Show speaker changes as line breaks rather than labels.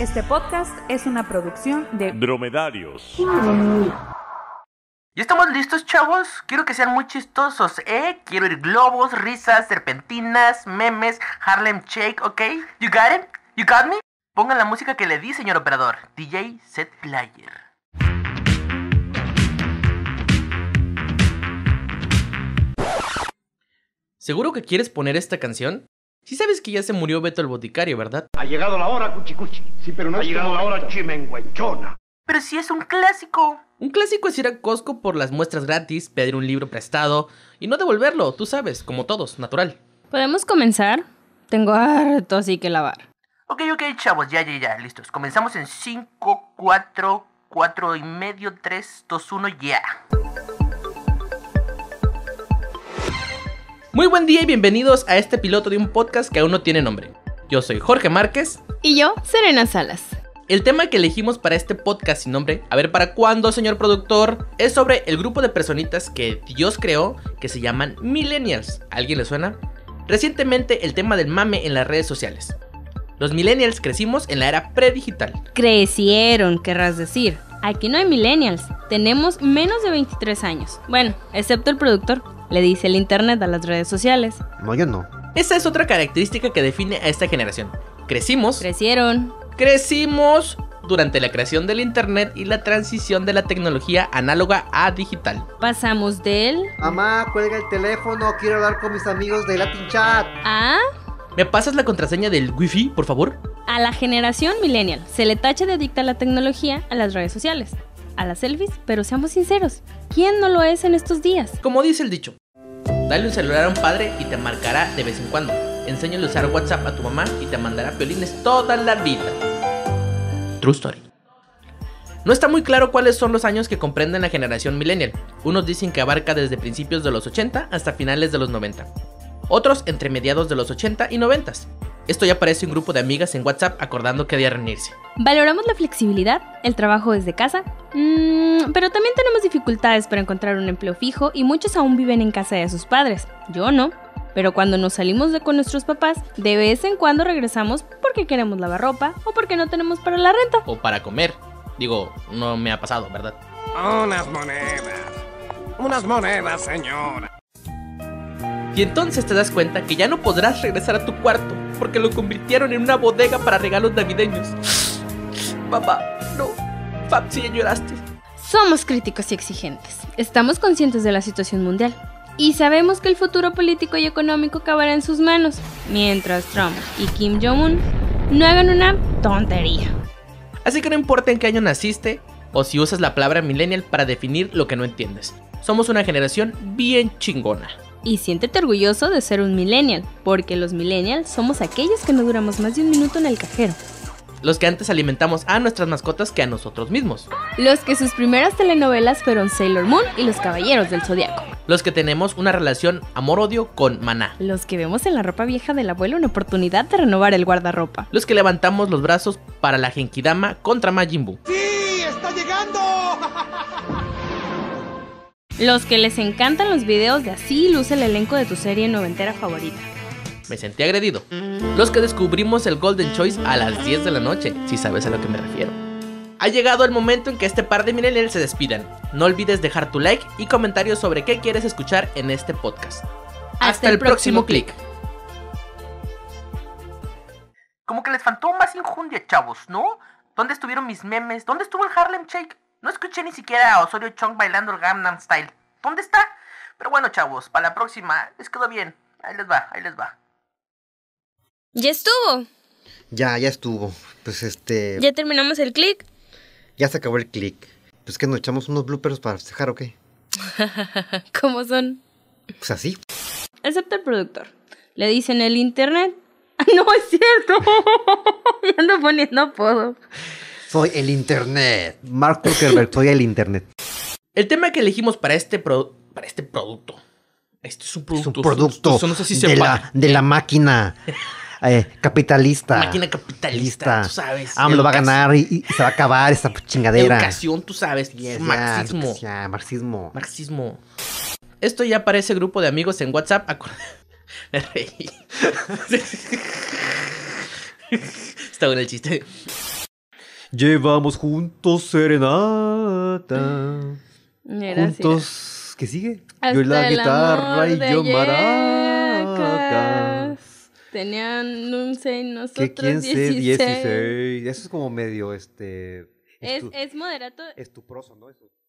Este podcast es una producción de...
Dromedarios.
¿Ya estamos listos, chavos? Quiero que sean muy chistosos, ¿eh? Quiero ir globos, risas, serpentinas, memes, Harlem Shake, ¿ok? ¿You got it? ¿You got me? Pongan la música que le di, señor operador. DJ Set Player.
¿Seguro que quieres poner esta canción? Si sabes que ya se murió Beto el boticario, ¿verdad?
Ha llegado la hora, Cuchicuchi.
Sí, pero no
Ha
es
llegado
como
la hora,
ahorita.
Chimenguenchona.
Pero si es un clásico.
Un clásico es ir a Costco por las muestras gratis, pedir un libro prestado y no devolverlo, tú sabes, como todos, natural.
¿Podemos comenzar? Tengo harto así que lavar.
Ok, ok, chavos, ya, ya, ya, listos. Comenzamos en 5, 4, 4 y medio, 3, 2, 1, ya.
Muy buen día y bienvenidos a este piloto de un podcast que aún no tiene nombre. Yo soy Jorge Márquez.
Y yo, Serena Salas.
El tema que elegimos para este podcast sin nombre, a ver para cuándo, señor productor, es sobre el grupo de personitas que Dios creó que se llaman millennials. ¿A ¿Alguien le suena? Recientemente el tema del mame en las redes sociales. Los millennials crecimos en la era predigital.
Crecieron, querrás decir. Aquí no hay millennials. Tenemos menos de 23 años. Bueno, excepto el productor. Le dice el internet a las redes sociales.
No, yo no.
Esa es otra característica que define a esta generación. Crecimos,
Crecieron.
crecimos durante la creación del Internet y la transición de la tecnología análoga a digital.
Pasamos del
Mamá, cuelga el teléfono, quiero hablar con mis amigos de Latin Chat.
A
¿Me pasas la contraseña del Wi-Fi, por favor?
a la generación millennial. Se le tacha de adicta a la tecnología a las redes sociales. A las selfies, pero seamos sinceros. ¿Quién no lo es en estos días?
Como dice el dicho, dale un celular a un padre y te marcará de vez en cuando. Enséñale a usar WhatsApp a tu mamá y te mandará violines toda la vida. True story. No está muy claro cuáles son los años que comprenden la generación millennial. Unos dicen que abarca desde principios de los 80 hasta finales de los 90. Otros entre mediados de los 80 y 90. Esto ya parece un grupo de amigas en WhatsApp acordando qué día reunirse.
Valoramos la flexibilidad, el trabajo desde casa, mm, pero también tenemos dificultades para encontrar un empleo fijo y muchos aún viven en casa de sus padres. Yo no. Pero cuando nos salimos de con nuestros papás, de vez en cuando regresamos porque queremos lavar ropa o porque no tenemos para la renta.
O para comer. Digo, no me ha pasado, ¿verdad?
Unas monedas. Unas monedas, señora.
Y entonces te das cuenta que ya no podrás regresar a tu cuarto porque lo convirtieron en una bodega para regalos navideños. Papá, no. Fab, sí, lloraste.
Somos críticos y exigentes. Estamos conscientes de la situación mundial. Y sabemos que el futuro político y económico acabará en sus manos, mientras Trump y Kim Jong-un no hagan una tontería.
Así que no importa en qué año naciste o si usas la palabra millennial para definir lo que no entiendes. Somos una generación bien chingona.
Y siéntete orgulloso de ser un millennial, porque los millennials somos aquellos que no duramos más de un minuto en el cajero.
Los que antes alimentamos a nuestras mascotas que a nosotros mismos.
Los que sus primeras telenovelas fueron Sailor Moon y Los Caballeros del Zodiaco.
Los que tenemos una relación amor-odio con maná.
Los que vemos en la ropa vieja del abuelo una oportunidad de renovar el guardarropa.
Los que levantamos los brazos para la Genkidama contra Majin Buu.
Los que les encantan los videos de así luce el elenco de tu serie noventera favorita.
me sentí agredido. Los que descubrimos el Golden Choice a las 10 de la noche, si sabes a lo que me refiero. Ha llegado el momento en que este par de millennials se despidan. No olvides dejar tu like y comentarios sobre qué quieres escuchar en este podcast. Hasta, el próximo clic.
Como que les faltó más injundia, chavos, ¿no? ¿Dónde estuvieron mis memes? ¿Dónde estuvo el Harlem Shake? No escuché ni siquiera a Osorio Chong bailando el Gangnam Style. ¿Dónde está? Pero bueno, chavos, para la próxima les quedó bien. Ahí les va, ahí les va.
Ya estuvo.
Ya, ya estuvo. Pues este.
Ya terminamos el clic.
Ya se acabó el click. Pues que nos echamos unos bloopers para festejar o qué.
¿Cómo son?
Pues así.
Excepto el productor. Le dicen el internet. No es cierto. Ya ando poniendo apodo.
Soy el internet. Mark Zuckerberg, soy el internet.
El tema que elegimos para este pro- para este producto. Este es un
Es
producto.
un producto
esto no sé si se
de,
llama
la, de la máquina eh, capitalista.
máquina capitalista, tú sabes.
AMLO va a
Educa-
ganar y, y se va a acabar esta chingadera.
Educación, tú sabes.
Yes, ya,
marxismo.
ya, marxismo.
Marxismo. Esto ya parece grupo de amigos en WhatsApp. acor- Me reí. Está bueno el chiste.
Llevamos juntos serenata.
Era así.
Juntos. ¿Qué sigue?
Hasta
yo la
el
guitarra
amor
y
de
yo
yacas.
maracas.
Tenían 11 y nosotros
Que 15,
16.
16. Eso es como medio este.
Es,
estu-
es moderato.
Estuproso, ¿no? Eso.